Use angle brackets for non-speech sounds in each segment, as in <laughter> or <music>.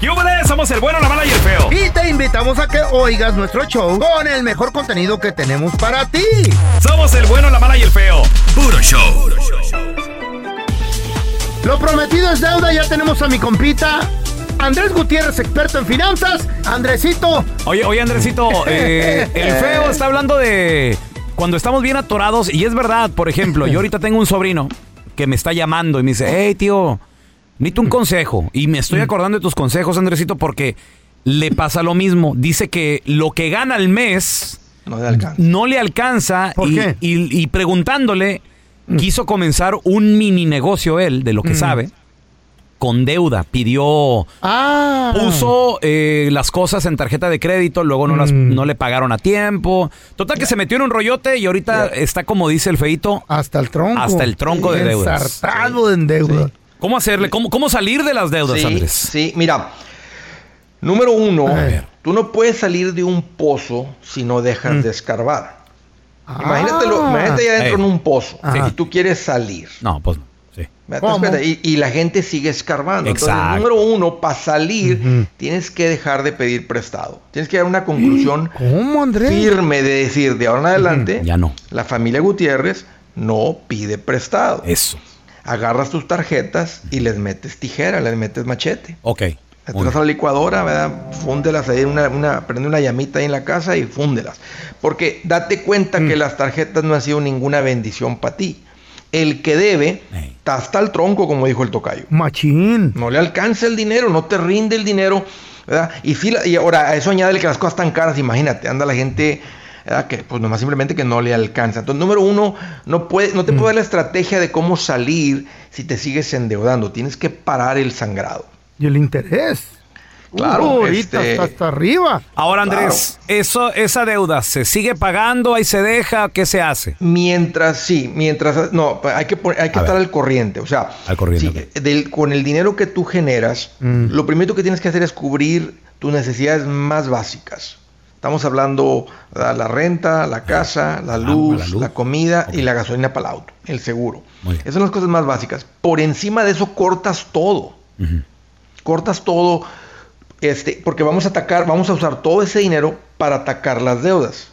¡Yúbales! Somos el bueno, la mala y el feo. Y te invitamos a que oigas nuestro show con el mejor contenido que tenemos para ti. Somos el bueno, la mala y el feo. Puro show. Lo prometido es deuda, ya tenemos a mi compita. Andrés Gutiérrez, experto en finanzas. Andresito, Oye, oye, Andresito, eh, el feo está hablando de cuando estamos bien atorados. Y es verdad, por ejemplo, yo ahorita tengo un sobrino que me está llamando y me dice, hey, tío, necesito un consejo. Y me estoy acordando de tus consejos, Andresito, porque le pasa lo mismo. Dice que lo que gana al mes... No le alcanza. no le alcanza ¿Por y, qué? y- y preguntándole, quiso comenzar un mini negocio él, de lo que sabe, con deuda. Pidió, Ah. puso eh, las cosas en tarjeta de crédito, luego no, las, Mm. no le pagaron a tiempo. Total que se metió en un rollote y ahorita está como dice el feito. Hasta el tronco. Hasta el tronco de deudas. Ensartado en deuda. ¿Cómo hacerle? ¿Cómo, cómo salir de las deudas, sí, Andrés? sí, mira. Número uno, A ver. tú no puedes salir de un pozo si no dejas de escarbar. Imagínatelo, Ah. imagínate ya dentro Ey. en un pozo Ajá. y tú quieres salir. No, pues sí. ¿Me das ¿Cómo? cuenta? Y, y la gente sigue escarbando. Exacto. Entonces, número uno, para salir tienes que dejar de pedir prestado. Tienes que dar una conclusión ¿Cómo, Andrés? firme de decir de ahora en adelante, ya no. la familia Gutiérrez no pide prestado. Eso. Agarras tus tarjetas y les metes tijera, les metes machete. Ok. Las Muy traes a la licuadora, ¿verdad? Fúndelas ahí, en una, una- prende una llamita ahí en la casa y fúndelas. Porque date cuenta que las tarjetas no han sido ninguna bendición para ti. El que debe, Ey. está hasta el tronco, como dijo el tocayo. Machín. No le alcanza el dinero, no te rinde el dinero, ¿verdad? Y, sí la- y ahora, a eso añade que las cosas están caras, imagínate, anda la gente, ¿verdad? Que pues nomás simplemente que no le alcanza. Entonces, número uno, no, puede, no te Mm. puede dar la estrategia de cómo salir si te sigues endeudando. Tienes que parar el sangrado. Y el interés. Claro, Uh, ahorita este- está hasta arriba. Ahora, Andrés, eso, esa deuda, ¿se sigue pagando? ¿Ahí se deja? ¿Qué se hace? Mientras sí, mientras no, pa- hay que pon- hay que A estar ver. al corriente, o sea, Al corriente, sí, del- con el dinero que tú generas, lo primero que tienes que hacer es cubrir tus necesidades más básicas. Estamos hablando de la renta, la casa, la Ah, la luz, la, luz. comida y la gasolina para el auto, el seguro. Muy bien. Esas son las cosas más básicas. Por encima de eso cortas todo. Cortas todo este, porque vamos a atacar, vamos a usar todo ese dinero para atacar las deudas.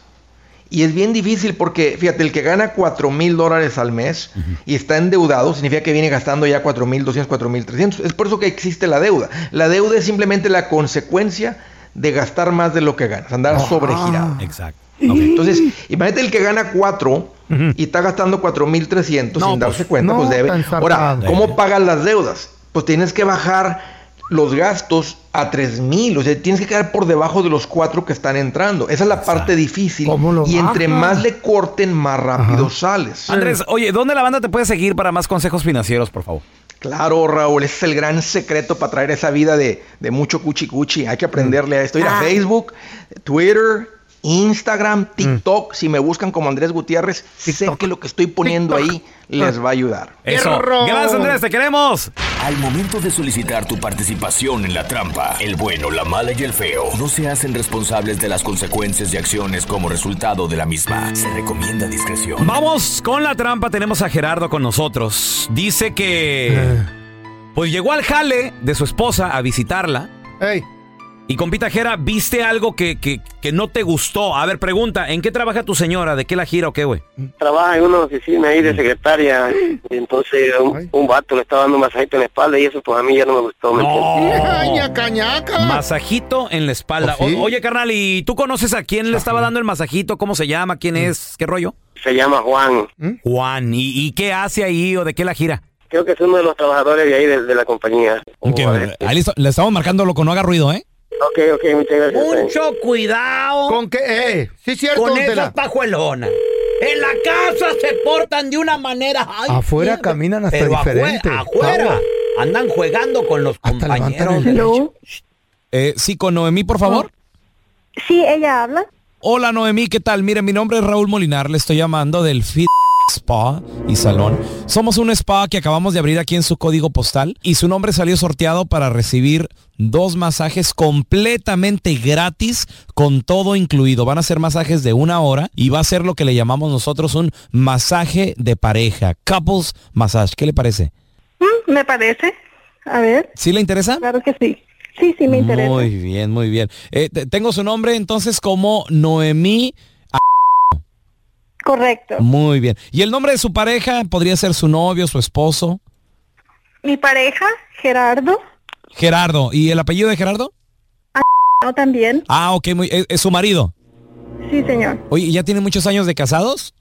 Y es bien difícil porque, fíjate, el que gana 4 mil dólares al mes y está endeudado, significa que viene gastando ya 4 mil 200, 4 mil 300. Es por eso que existe la deuda. La deuda es simplemente la consecuencia de gastar más de lo que ganas, andar Ah. sobregirado. Exacto. Entonces, imagínate el que gana 4 y está gastando 4.300 No, sin darse pues, cuenta, no, pues debe. tan Ahora, zarpado. ¿cómo pagan las deudas? pues tienes que bajar los gastos a 3.000, o sea, tienes que quedar por debajo de los cuatro que están entrando. Esa es la parte difícil. ¿Cómo lo y entre bajan? más le corten, más rápido sales. Andrés, oye, ¿dónde la banda te puede seguir para más consejos financieros, por favor? Claro, Raúl, ese es el gran secreto para traer esa vida de, de mucho cuchi cuchi. Hay que aprenderle a esto. Ir a Facebook, Twitter, Instagram, TikTok. Si me buscan como Andrés Gutiérrez, sé que lo que estoy poniendo ahí les va a ayudar. Eso. ¡Perro! Gracias, Andrés, te queremos. Al momento de solicitar tu participación en la trampa, el bueno, la mala y el feo no se hacen responsables de las consecuencias y acciones como resultado de la misma. Se recomienda discreción. Vamos con la trampa, tenemos a Gerardo con nosotros. Dice que Eh. pues llegó al jale de su esposa a visitarla Ey, y compita Jera, viste algo que, que, que no te gustó. A ver, pregunta, ¿en qué trabaja tu señora? ¿De qué la gira o qué, güey? trabaja en una oficina ahí de secretaria. Y entonces Ay. un, un vato le estaba dando un masajito en la espalda y eso pues a mí ya no me gustó. ¿me entiendes? ¡Caña, cañaca! Masajito en la espalda. ¿Oh, sí? O- oye, carnal, ¿y tú conoces a quién le estaba dando el masajito? ¿Cómo se llama? ¿Quién Mm. es? ¿Qué rollo? Se llama Juan. Juan, ¿y, y qué hace ahí o de qué la gira? Creo que es uno de los trabajadores de ahí de, de la compañía. le estamos marcando loco, no haga ruido, ¿eh? Ok, ok, muchas gracias. Mucho cuidado. ¿Con qué? Eh, sí, cierto, con don Tela. esas pajuelonas. En la casa se portan de una manera. ay, Afuera mierda. caminan hasta Pero afue- diferente. Afuera, Raúl. andan jugando con los Hasta levantan compañeros. el pecho. Eh, sí, con Noemí, por favor. Sí, ella habla. Hola Noemí, ¿qué tal? Mire, mi nombre es Raúl Molinar, le estoy llamando del Fit Spa y Salón. Somos un spa que acabamos de abrir aquí en su código postal y su nombre salió sorteado para recibir dos masajes completamente gratis con todo incluido. Van a ser masajes de una hora y va a ser lo que le llamamos nosotros un masaje de pareja, couples massage. ¿Qué le parece? Mm, me parece. A ver, ¿Sí le interesa? claro que sí. Sí, sí, me interesa. Muy bien, muy bien. Eh, te- tengo su nombre entonces como Noemí Correcto. Muy bien. ¿Y el nombre de su pareja podría ser su novio, su esposo? Mi pareja, Gerardo, Gerardo. ¿Y el apellido de Gerardo? ¿no <laughs> también? Ah, ok, muy, es, es su marido. Sí, señor. Oye, ¿ya tienen muchos años de casados?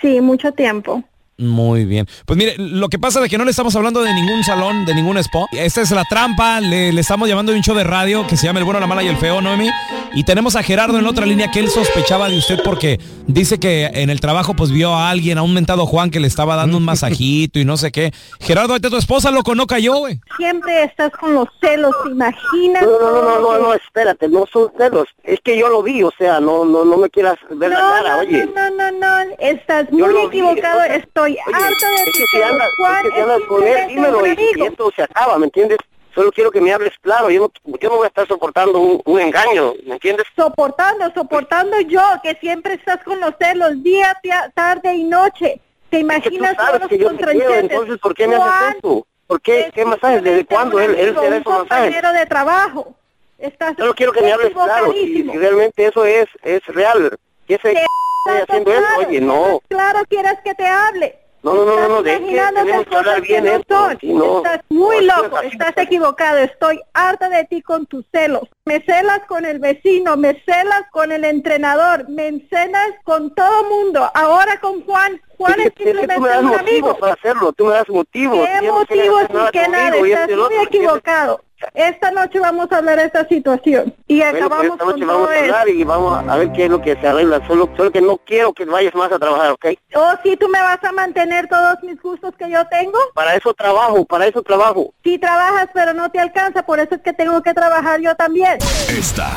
Sí, mucho tiempo. Muy bien. Pues mire, lo que pasa es que no le estamos hablando de ningún salón, de ningún spa. Esta es la trampa, le, le estamos llamando de un show de radio que se llama El Bueno, la Mala y el Feo, Noemi. Y tenemos a Gerardo en la otra línea que él sospechaba de usted porque dice que en el trabajo pues vio a alguien, a un mentado Juan que le estaba dando un masajito y no sé qué. Gerardo, ahí está tu esposa, loco, no cayó, güey. Siempre estás con los celos, ¿te imaginas? No, no, no, no, no, no, espérate, no son celos. Es que yo lo vi, o sea, no, no, no me quieras ver la No, cara, no, oye. no, no, no, no, estás Yo muy lo vi, equivocado, o sea, estoy Oye, harta de es que tus si andas, celos, Juan, es que si andas es con él, simplemente dímelo un y, y amigo. esto se acaba, ¿me entiendes? Solo quiero que me hables claro, yo no, yo no voy a estar soportando un, un engaño, ¿me entiendes? Soportando, soportando yo, que siempre estás con los celos, día, tía- tarde y noche. Es que tú ¿Te imaginas sabes que yo te quiero, contrayentes? entonces ¿por qué me Juan, haces esto? ¿Por qué? es ¿Qué masajes? ¿Desde simplemente cuándo un él, él amigo, te da un esos masajes? compañero de trabajo. Estás Solo quiero que me hables claro, si, equivocadísimo. si realmente eso es, es real. Que ese Te estoy hablas haciendo eso, claro, oye, no. estás Claro, quieras que te hable. No, no, no, no, Estás no, de es que imaginándote tenemos que cosas hablar bien no esto, son. sí, no. Estás No, muy esto es loco, así, estás pues. equivocado. Estoy harta de ti con tus celos. Me celas con el vecino, me celas con el entrenador, me celas con todo mundo. Ahora con Juan. Juan Es es que, es que simplemente tú me das un motivos amigo. para hacerlo, tú me das motivos. ¿Qué y yo no quiero motivos hacer ni qué nada? contigo, y Estás este, el otro, muy ¿me entiendes? equivocado. Esta noche vamos a hablar de esta situación y Bueno, pues acabamos esta noche con vamos todo a esto. hablar y vamos a- a ver qué es lo que se arregla. Solo, solo que no quiero que vayas más a trabajar, ¿ok? ¿O si Oh, tú me vas a mantener todos mis gustos que yo tengo? Para eso trabajo, para eso <laughs> trabajo. Si trabajas pero no te alcanza, por eso es que tengo que trabajar yo también. Eh, Esta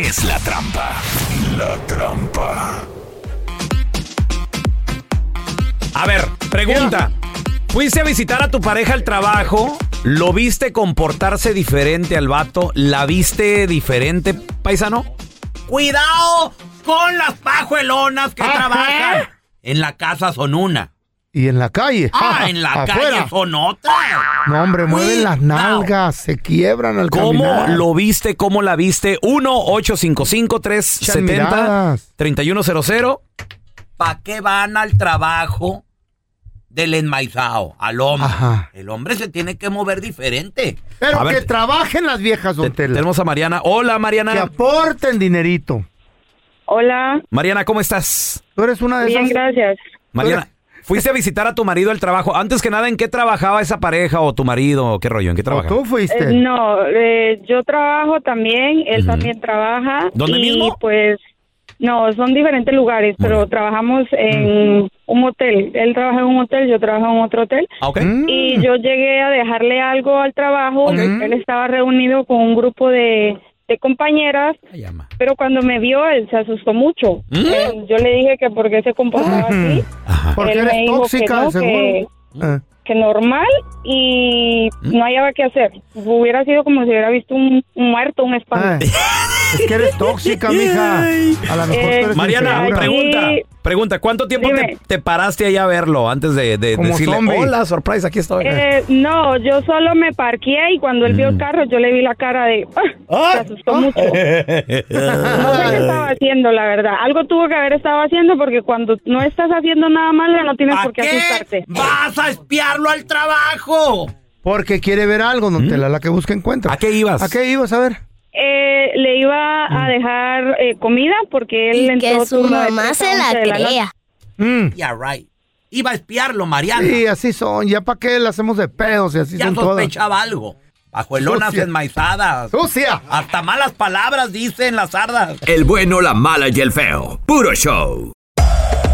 es la trampa. La trampa. A ver, pregunta. Fuiste a visitar a tu pareja al trabajo, lo viste comportarse diferente al vato, la viste diferente, paisano. Cuidado con las pajuelonas que Ajá. trabajan. En la casa son una. Y en la calle. Ah, en la Afuera. calle son otra. No, hombre, mueven las Cuidado. nalgas, se quiebran al ¿Cómo caminar. lo viste? ¿Cómo la viste? 1-855-370-3100. ¿Para qué van al trabajo del enmaizado, al hombre? Ajá. El hombre se tiene que mover diferente. Pero A que ver, trabajen las viejas, te- don Tela. tenemos a Mariana. Hola, Que Mariana. aporten dinerito. Hola, Mariana, ¿cómo estás? Tú eres una de esas. gracias. Mariana, <laughs> Fuiste a visitar a tu marido al trabajo. Antes que nada, ¿en qué trabajaba esa pareja o tu marido? o ¿Qué rollo? ¿En qué trabajaba? fuiste? Eh, no, eh, yo trabajo también, él también trabaja. ¿Dónde y, mismo? pues, no, son diferentes lugares, pero trabajamos en un hotel. Él trabaja en un hotel, yo trabajo en otro hotel. Mm. Ah, ok. Y yo llegué a dejarle algo al trabajo. Él estaba reunido con un grupo de, de compañeras. Pero cuando me vio, él se asustó mucho. Mm. Eh, yo le dije que por qué se comportaba así. Porque él eres me dijo tóxica, que no, seguro. que- que normal y ¿Mm? no hallaba qué hacer. Hubiera sido como si hubiera visto un, un muerto, un espanto. <laughs> Es que eres tóxica, mija. A lo mejor tú eres Mariana, insegura. pregunta, pregunta, ¿cuánto tiempo te, te paraste ahí a verlo antes de, de Como decirle, zombie. hola, surprise, aquí estoy? Eh, no, yo solo me parqué y cuando él vio Mm. el carro yo le vi la cara de... "Ah", se asustó eh. mucho. No sé qué estaba haciendo, la verdad. Algo tuvo que haber estado haciendo porque cuando no estás haciendo nada malo no tienes por qué, asustarte. ¡Vas a espiarlo al trabajo! Porque quiere ver algo, ¿Mm? don Tela, la que busca encuentra. ¿A qué ibas? ¿A qué ibas? A ver. Eh, le iba a dejar eh, comida porque él Mm. Y entró que su turno de mamá 13 a se la 11 de noche. crea. Yeah, right. Iba a espiarlo, Mariana. Sí, así son. ¿Ya para qué le hacemos de pedos? Y así ya son todas. sospechaba algo. Bajuelonas Sucia. enmaizadas. ¡Sucia! Hasta malas palabras dicen las sardas. El bueno, la mala y el feo. Puro show.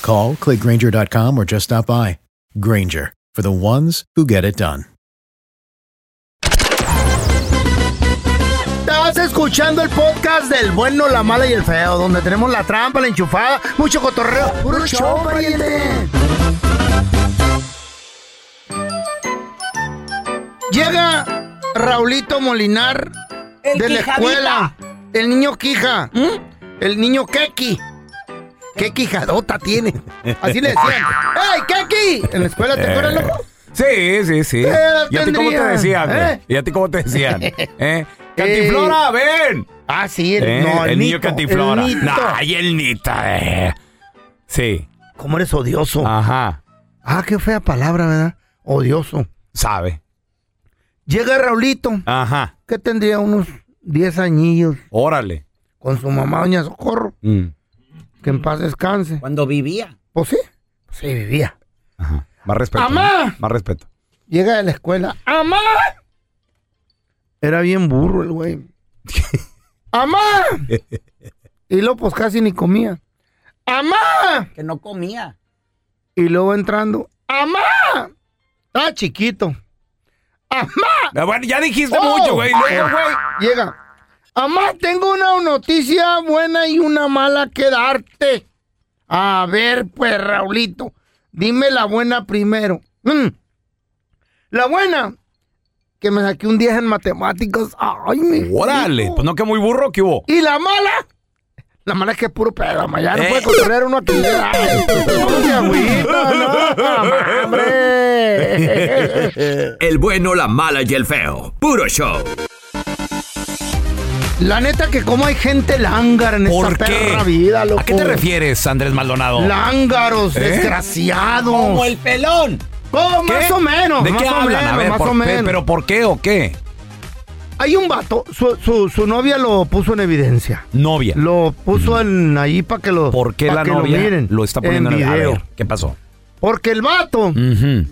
Call, click Granger.com, or just stop by. Granger, for the ones who get it done. Estás escuchando el podcast del bueno, la mala y el feo, donde tenemos la trampa, la enchufada, mucho cotorreo. ¡Puro show, pariente! Llega Raulito Molinar El de la quijadita. escuela. El niño Quija. ¿Mm? El niño Keki. ¿Qué quijadota tiene? Así le <laughs> decían. ¡Ey, Keki! En la escuela, ¿te acuerdas, Eh, loco? Sí, sí, sí. ¿Qué edad ¿Y a ti cómo te tendría? decían? güey? ¿Eh? ¿Y a ti cómo te <laughs> decían? ¿Eh? ¡Cantiflora, ven! Ah, sí, el, ¿Eh? no, el, niño Nito, Cantiflora. el Nito. Nah, y el Nita, eh. Sí. ¿Cómo eres odioso? Ajá. Ah, qué fea palabra, ¿verdad? Odioso. Sabe. Llega Raulito, Ajá. que tendría unos 10 añillos, Órale. con su mamá, doña Socorro, Mm. que en paz descanse. Cuando vivía. Pues sí, pues sí vivía. Más respeto. ¡Amá! ¿no? Más respeto. Llega de la escuela, ¡Amá! Era bien burro el güey. <laughs> ¡Amá! Y luego pues casi ni comía. ¡Amá! Que no comía. Y luego entrando, ¡Amá! Estaba Ah, chiquito. ¡Amá! Ah, Bueno, ya dijiste Oh. mucho, güey. Luego, güey. Llega. Amá, tengo una noticia buena y una mala que darte. A ver, pues, Raulito, dime la buena primero. Mm. La buena, que me saqué un 10 en matemáticas. Ay, mi Órale. Pues no que muy burro que hubo. ¿Y la mala? La mala es que es puro pedo, ma, ya no Eh. puede controlar uno aquí. <laughs> Ay, no se agüita, no, <laughs> hombre. El bueno, la mala y el feo. Puro show. La neta que cómo hay gente lángara en ¿Por esta qué? perra vida, loco. ¿A qué te refieres, Andrés Maldonado? Lángaros, ¿Eh? desgraciados. Como el pelón. Más ¿Qué? o menos. ¿De más qué o hablan? menos, a ver, más por- o pe- menos. ¿pero por qué o qué? Hay un vato, su, su- su novia lo puso en evidencia. Novia. Lo puso en ahí para que lo ¿Por qué pa' la que novia lo, lo, miren está poniendo en en el- a video. ver, ¿Qué pasó? Porque el vato,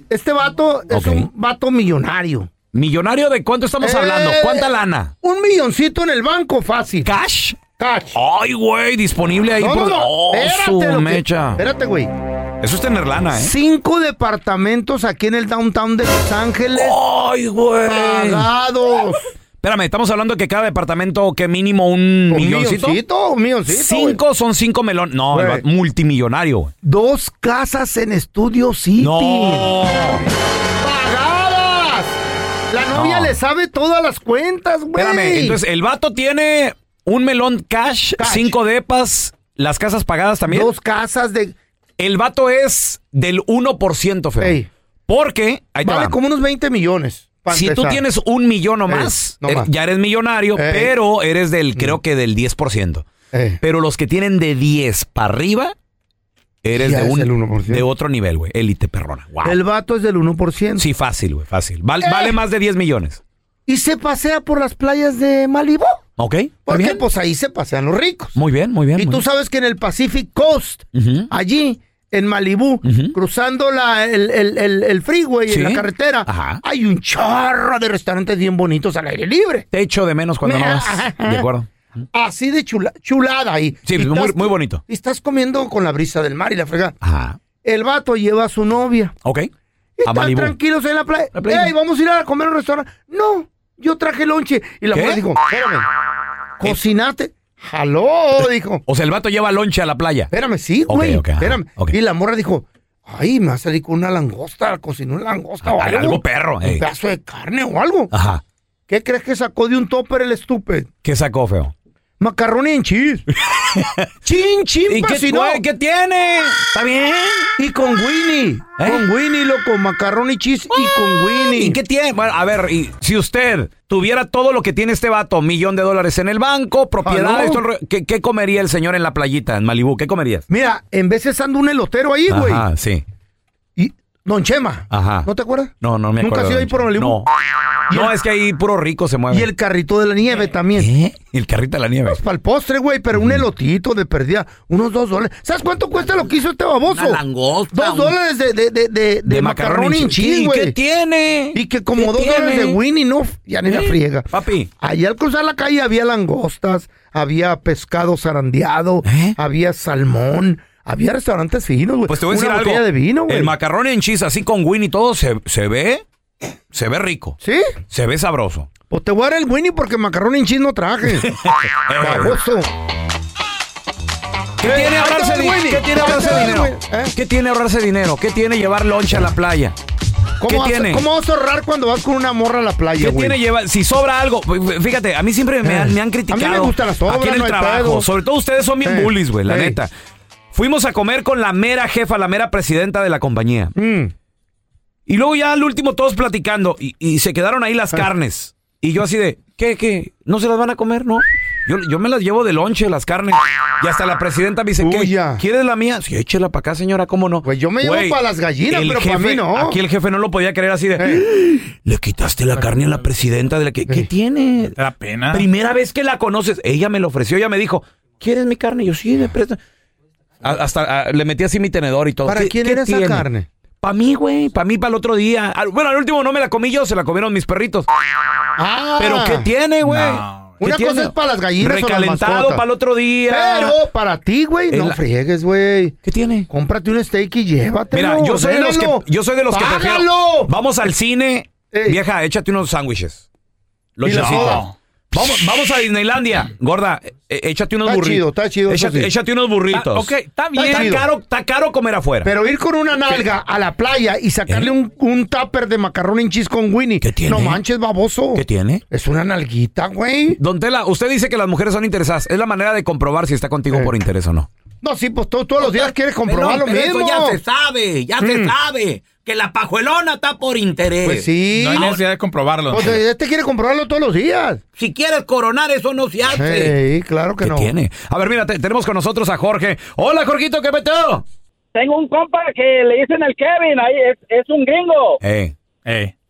este vato es un vato millonario. Eh, ¿Millonario de cuánto estamos hablando? ¿Cuánta lana? Un milloncito en el banco fácil. ¿Cash? Cash. Ay, güey, disponible ahí. No, por... no, no. Oh, Espérate su lo que- mecha. Espérate, güey. Eso es tener lana, ¿eh? Cinco departamentos aquí en el downtown de Los Ángeles. ¡Ay, ¡Oh, güey! Pagados. Espérame, estamos hablando que cada departamento, que mínimo un, milloncito. milloncito, un milloncito, Cinco son cinco melón. No, el Güey. va- multimillonario, güey. Dos casas en Estudio City. No. ¡Pagadas! La novia No. le sabe todas las cuentas, güey. Espérame, entonces el vato tiene un melón cash, cinco depas, las casas pagadas también. Dos casas de. El vato es del 1%, Feo. Porque, ahí te Vale va. como unos 20 millones. pa' Si tú empezar. tienes un millón o Ey, más, no eh, más. ya eres millonario, Ey. Mm. pero eres del, creo que del 10%. Pero los que tienen de 10 para arriba, eres Ya de, es un, el 1%. de otro nivel, güey. Élite perrona. Wow. El vato es del 1%. Sí, fácil, güey, fácil. Eh. Val- Vale más de 10 millones. Y se pasea por las playas de Malibu. ¿Ok? Porque pues ahí se pasean los ricos. Muy bien, muy bien. Y muy tú bien. sabes que en el Pacific Coast, allí en Malibú, cruzando la, el, el- el- el freeway Sí. en la carretera, hay un chorro de restaurantes bien bonitos al aire libre. Te echo de menos cuando no Me- vas. <laughs> De acuerdo. Así de chula- chulada ahí. Sí, Y muy, estás- muy bonito. Y estás comiendo con la brisa del mar y la fregada. Ajá. El vato lleva a su novia. ¿Ok? <laughs> Y A están Malibú. tranquilos en la playa. Ey, vamos a ir a comer a un restaurante. No, yo traje lonche. Y la ¿Qué? mujer dijo, espérame, cocinate. Jaló, dijo. <laughs> O sea, el vato lleva lonche a la playa. Espérame, sí, Ok, güey. ok, ajá, espérame. ok. Y la morra dijo, ay, me va a salir con una langosta, cocinó una langosta o Ah, algo. algo perro, ey. Un pedazo de carne o algo. Ajá. ¿Qué crees que sacó de un topper el estúpido? ¿Qué sacó, feo? Macarrón en <laughs> chis. chin, chin, ¿Y qué- cocinó. güey, qué tiene? ¿Está bien? ¿Eh? Y con Winnie. Con Winnie, loco, macarrón y chis y con Winnie. ¿Y qué tiene? Bueno, a ver, y si usted tuviera todo lo que tiene este vato, millón de dólares en el banco, propiedad, Aló. esto, el rollo, ¿qué, qué comería el señor en la playita, en Malibú? ¿Qué comerías? Mira, en veces anda un elotero ahí, güey. Ajá, sí. Don Chema. Ajá. ¿No te acuerdas? No, no me ¿Nunca acuerdo. has ido de ahí dónde. por Malibu? No. No, es que ahí puro rico se mueve. ¿Eh? Y el carrito de la nieve también. El carrito de la nieve. Para el postre, güey, pero un elotito de perdida, unos dos dólares. ¿Sabes cuánto cuesta lo que hizo este baboso? Una langosta, Dos un- dólares de, de, de, de, de macarrón en ¿Y cheese, qué güey. tiene? Y que como ¿Qué dos dólares de tiene? Winnie, no, ya ni la ¿Eh? friega. Papi. Allí al cruzar la calle había langostas, había pescado zarandeado, había salmón, había restaurantes finos, güey. ¿Eh? Pues te voy a Una decir algo. botella de vino, güey. el macarrón en chis así con Winnie y todo se, se ve, se ve rico. ¿Sí? Se ve sabroso. Pues te voy a dar el Winnie porque macarrón en cheese no traje. Baboso. <laughs> ¿Qué tiene ahorrarse Ahí te va el Winnie. dinero? ¿Qué tiene Ahí te ahorrarse va el dinero? Winnie, ¿eh? ¿Qué tiene ahorrarse dinero? ¿Qué tiene llevar lonche a la playa? ¿Cómo ¿Qué vas, a- tiene? ¿Cómo vas a ahorrar cuando vas con una morra a la playa, ¿Qué güey? Eh. tiene llevar? Si sobra algo, fíjate, a mí siempre me han, me han criticado. A mí me gusta la sobra, Aquí en el no hay trabajo. pedo. Sobre todo ustedes son bien Eh, bullies, güey, la eh. neta. Fuimos a comer con la mera jefa, la mera presidenta de la compañía. Mm. Y luego ya al último todos platicando y, y se quedaron ahí Ah. las carnes. Y yo así de, ¿qué, qué? ¿No se las van a comer? No. Yo, yo me las llevo de lonche, las carnes. Y hasta la presidenta me dice, ¿qué? ¿Quieres la mía? Sí, échela para acá, señora, ¿cómo no? Pues yo me llevo pa' las gallinas, pero pa' mí no. Eh. Aquí el jefe no lo podía creer así de, le quitaste la carne a la presidenta de la que, ¿qué tiene? La pena. Primera vez que la conoces. Ella me lo ofreció, ella me dijo, ¿quieres mi carne? Yo sí, me presta. A- Hasta ah, le metí así mi tenedor y todo. ¿Para ¿Qué- quién qué era esa tiene? carne? Pa' mí, güey, pa' mí, para el otro día. Al- bueno, al último no me la comí yo, se la comieron mis perritos. Pero ¿qué tiene, güey? No. ¿Qué Ah. Una tiene? cosa es para las gallinas o las Recalentado mascotas. para el otro día. Pero para ti, güey, En no la- friegues, güey. ¿Qué tiene? Cómprate un steak y llévatelo. Mira, yo soy de los que, ordenalo. yo soy de los que prefiero- ¡Págalo! Vamos al cine. Vieja, échate unos sándwiches. Los Y la soda. Vamos, vamos a Disneylandia, gorda. e- échate unos Está burritos. chido, está chido, eso Échate, sí. échate unos burritos. Está- ok, está bien. Ah, Está chido. caro, está caro comer afuera. Pero ir con una nalga a la playa y ¿Eh? sacarle un, un tupper de macarrón en cheese con Winnie. No manches, baboso. ¿Qué tiene? Es una nalguita, güey. Don Tela, usted dice que las mujeres son interesadas. Es la manera de comprobar si está contigo por interés o no. No, sí, pues tú todos los días quieres Eh. comprobar lo mismo. Mm. sabe, ya se sabe. Que la pajuelona está por interés. Pues sí. No hay necesidad de comprobarlo. O sea, este quiere comprobarlo todos los días. Si quieres coronar, eso no se Sí, claro que ¿Qué no. tiene? A ver, mira, te- tenemos con nosotros a Jorge. Hola, Jorgito, ¿qué peteo? Tengo un compa que le dicen el Kevin, ahí es, es un gringo. Eh.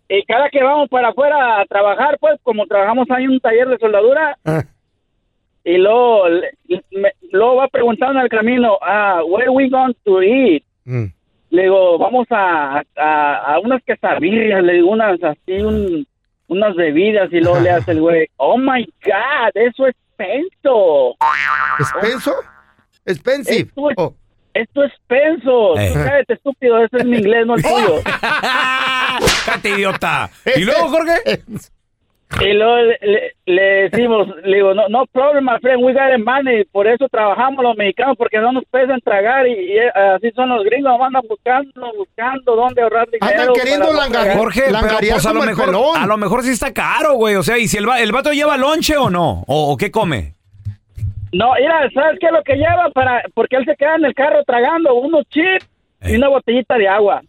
y cada que vamos para afuera a trabajar, pues como trabajamos ahí en un taller de soldadura, y luego, le- me- luego va preguntando al camino, ah, where we going to eat? Le digo, vamos a, a, a unas quesadillas, le digo, unas así, un- unas bebidas, y luego le hace el güey, oh my God, eso es penso. ¿Es penso? ¿Expensive? Esto es, esto es penso. Eh. Tú Cállate, estúpido, ese es mi <laughs> inglés, no el tuyo. ¡Cállate, idiota! Eh, ¿Y luego, Jorge? Y luego le, le- le decimos, le digo, no, no problem, my friend, we got the money. Por eso trabajamos los mexicanos, porque no nos pesan tragar y, y, eh, así son los gringos, andan buscando, buscando dónde ahorrar dinero. para no tragar. Jorge, pero, pues, a, lo mejor, a lo mejor sí está caro, güey. O sea, ¿y si el, va- el vato lleva lonche o no? ¿O, o qué come? No, mira, ¿sabes qué es lo que lleva? para Porque él se queda en el carro tragando unos chips y Eh. una botellita de agua.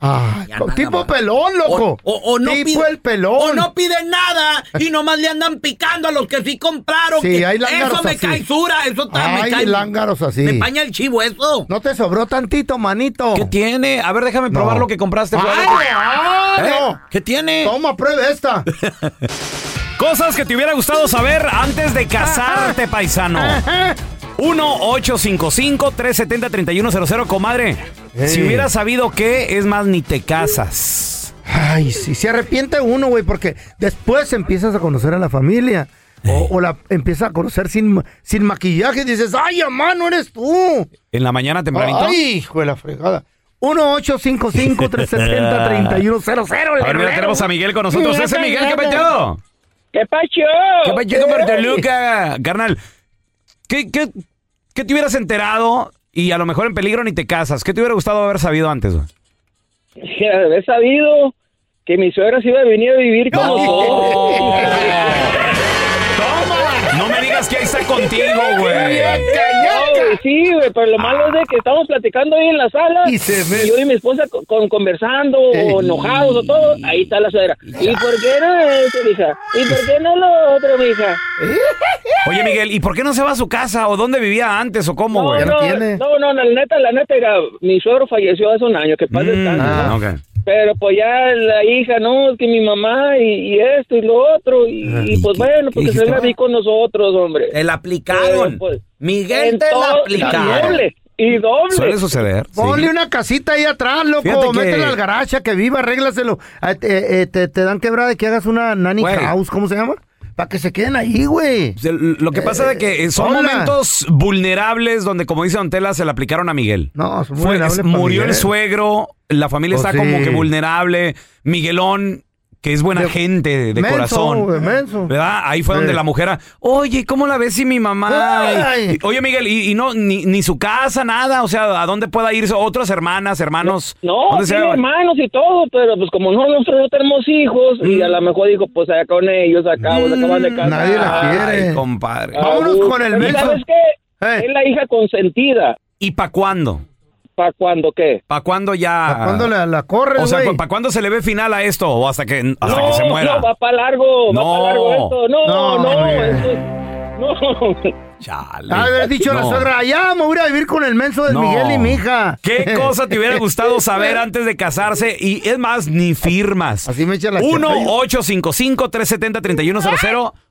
tipo pelón, loco. O, o no tipo pide, el pelón. O no piden nada y nomás le andan picando a los que sí compraron. Sí, que hay lángaros eso me así. cae sura, eso está, me Ay, cae. lángaros así. Me paña el chivo eso. No te sobró tantito, manito. ¿Qué tiene? A ver, déjame probar lo que compraste. ¡Ay, Jorge. ay, ¿Eh? no! ¿Qué tiene? Toma, pruebe esta. <laughs> Cosas que te hubiera gustado saber antes de casarte, paisano. 1-855-370-3100, comadre. Ey. Si hubieras sabido que, es más, ni te casas. Ay, sí, se arrepiente uno, güey, porque después empiezas a conocer a la familia. Eh. O, o la empiezas a conocer sin, ma- sin maquillaje y dices, ay, mamá, no eres tú. En la mañana tempranito. Ay, hijo de la fregada. 1-855-370-3100. A ver, mira, tenemos a Miguel con nosotros. Mira, Ese Miguel, ¿qué mira. pacho? ¿Qué pacho? ¿Qué pacho, compadre Luca? Carnal, ¿qué, qué, qué te hubieras enterado y a lo mejor en peligro ni te casas? ¿Qué te hubiera gustado haber sabido antes? güey? Que haber sabido que mi suegra se iba a venir a vivir con nosotros. No me digas que ahí está contigo, güey. No, güey, Sí, güey, pero lo malo es de que estamos platicando ahí en la sala. Y yo y mi esposa con, con- conversando, o enojados o todo. Ahí está la suegra. ¿Y por qué no esto, mija? ¿Y por qué no lo otro, mija? Oye, Miguel, ¿y por qué no se va a su casa? ¿O dónde vivía antes? ¿O cómo, güey? no, no, no, la neta, la neta, era, mi suegro falleció hace un año, que pasa Ah, ok. Pero pues ya la hija, no, es que mi mamá y, y esto y lo otro. Y, Ah, y, pues bueno, porque se la vi con nosotros, hombre. pues, Te la aplicaron. Miguel, te la Entonces, aplicaron. doble, y doble. Suele suceder. sí. Ponle una casita ahí atrás, Fíjate loco. que- Métela al garaje, que viva, arréglaselo. Ah, te- eh, te, te dan quebrada de que hagas una nanny house, ¿cómo se llama? Para que se queden ahí, güey. Se- Lo que pasa Eh, es que eh, son hola. momentos vulnerables donde, como dice Don Tela, se le aplicaron a Miguel. No, son Fue- vulnerables es- pa' murió el Miguel. suegro, la familia Pues está como sí. que vulnerable. Miguelón, que es buena gente de, Menso, corazón. güey, menso. ¿Verdad? Ahí fue Sí. donde la mujer, ah, oye, ¿cómo la ves si mi mamá? Ay. Y- y- oye, Miguel, y, y no, ni, ni su casa, nada. O sea, ¿a dónde pueda irse? Otras hermanas, hermanos. No, ¿Dónde se Oh, tiene van? hermanos y todo, pero pues como no, nosotros no tenemos hijos, y a lo mejor dijo, pues allá con ellos, acá, pues, acaban de casar. Mm. Nadie la quiere. Ay, compadre. Ah, uh, pero ¿Sabes qué? Es la hija consentida. ¿Y para cuándo? ¿Para cuándo qué? ¿Para cuándo ya? ¿Para cuándo la, la corres, O sea, güey? ¿para cuándo se le ve final a esto? ¿O hasta que, hasta que se muera? No, va para largo, va No. para largo esto. No, No, no, hombre. eso es- no. Chale. Haber Ah, dicho la No. suegra, ya me voy a ir a vivir con el menso de No. Miguel y mi hija. <laughs> ¿Qué cosa te hubiera gustado saber antes de casarse? Y es más, ni firmas. Así me echa la 1-855-370-3100.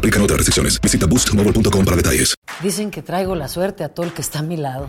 Aplican otras restricciones. Visita boostmobile.com para detalles. Dicen que traigo la suerte a todo el que está a mi lado.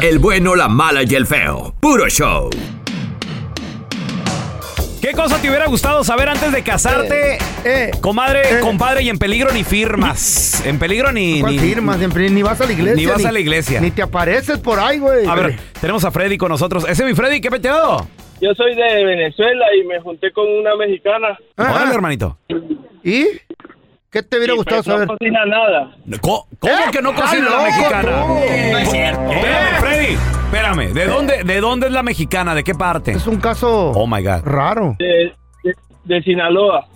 El bueno, la mala y el feo. Puro show. ¿Qué cosa te hubiera gustado saber antes de Eh, casarte? Comadre, compadre, y en peligro ni firmas. En peligro ni. ¿Cuál ni- firmas? Siempre Ni vas a la iglesia. Ni vas a la iglesia. Ni te apareces por ahí, güey. A ver, tenemos a Freddy con nosotros. Ese es mi Freddy, ¿qué peteado? Yo soy de Venezuela y me junté con una mexicana. Ah, Órale, hermanito. ¿Y? ¿Qué te ¿Eh? hubiera Y, gustado pues, no saber? cocina nada. ¿Cómo, que no cocina la mexicana? No es cierto. Espérame, Freddy. Espérame, ¿de dónde, ¿de dónde es la mexicana? ¿De qué parte? Es un caso oh my God. raro. De, de- de Sinaloa.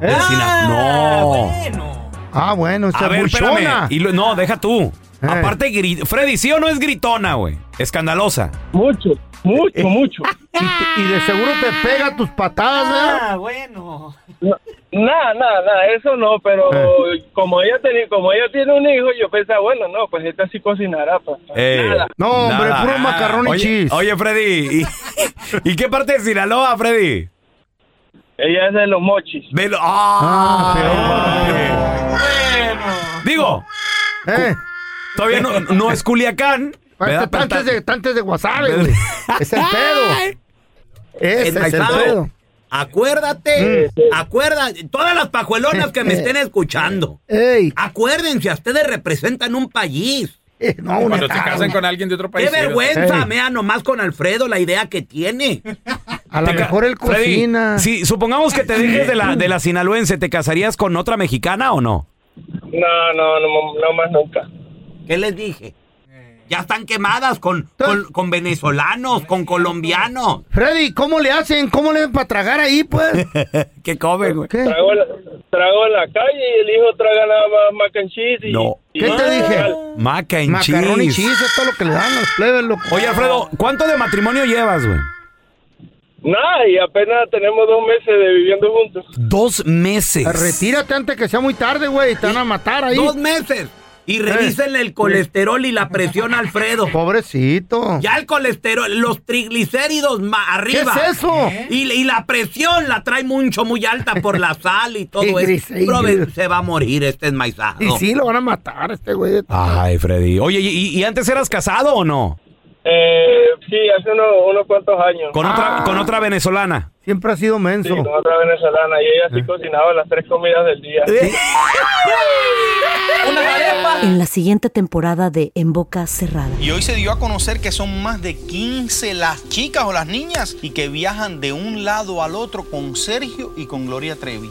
De Sina- No. Ah, bueno, A está ver, espérame. buchona. Eh. Y lo- no, deja tú. Aparte, gri- Freddy, ¿sí o no es gritona, güey? Escandalosa. Mucho, mucho, mucho. Y, de seguro te pega Eh, tus patadas, ¿eh? ¿verdad? Ah, bueno. Nada, nada, nada, eso no, pero Eh. como ella tenía, como ella tiene un hijo, yo pensaba, bueno, no, pues esta sí cocinará, pues. Eh, No, hombre, puro macarrón y Ah. oye, cheese. Oye, Freddy, ¿y, y qué parte de Sinaloa, Freddy? Ella es de los mochis. De lo- ¡Ah! Digo, Eh. cu- todavía no, no es Culiacán. ¿verdad? Pero Tantes ta- de, tantes de wasabi, <laughs> güey. Es el pedo. Ese es el Enmaizado. pedo. Mm. Acuérdate, acuerda, todas las pajuelonas que me Eh. estén escuchando. Acuérdense, ustedes representan un país. Eh, Cuando se casan con alguien de otro Qué país. vergüenza, mea, nomás con Alfredo la idea que tiene. A lo Te ca- mejor él Freddy, cocina. Sí, supongamos que te dejes de la, de la sinaloense, ¿te casarías con otra mexicana o no? No, no, no, no más nunca. ¿Qué les dije? Ya están quemadas con, con, con venezolanos, con colombianos. Freddy, ¿cómo le hacen? ¿Cómo le dan para tragar ahí, <laughs> pues? ¿Qué comen, güey? Trago, en la- trago en la calle y el hijo traga nada más mac and cheese y- No. y- ¿Qué te dije? Mac and Macarrón y cheese. cheese, esto es lo que le dan los plebes, loco. Oye, Alfredo, ¿cuánto de matrimonio llevas, güey? Nada, y apenas tenemos dos meses de viviendo juntos. Dos meses. Retírate antes que sea muy tarde, güey. Te van a matar ahí. Dos meses. Y revísenle el colesterol y la presión a Alfredo. Pobrecito. Ya el colesterol, los triglicéridos ma- arriba. ¿Qué es eso? Y, y la presión la trae mucho, muy alta por la sal y todo eso. Triglicéridos. Prove- se va a morir este enmaizado. Y sí, lo van a matar a este güey. Ay, Freddy. Oye, ¿y, y- y antes eras casado o no? Eh, sí, hace unos, unos cuantos años. Con Ah, otra, con otra venezolana. Siempre ha sido Sí, menso. con otra venezolana y ella Eh. sí cocinaba las tres comidas del día. <laughs> En la siguiente temporada de En Boca Cerrada. Y hoy se dio a conocer que son más de 15 las chicas o las niñas y que viajan de un lado al otro con Sergio y con Gloria Trevi.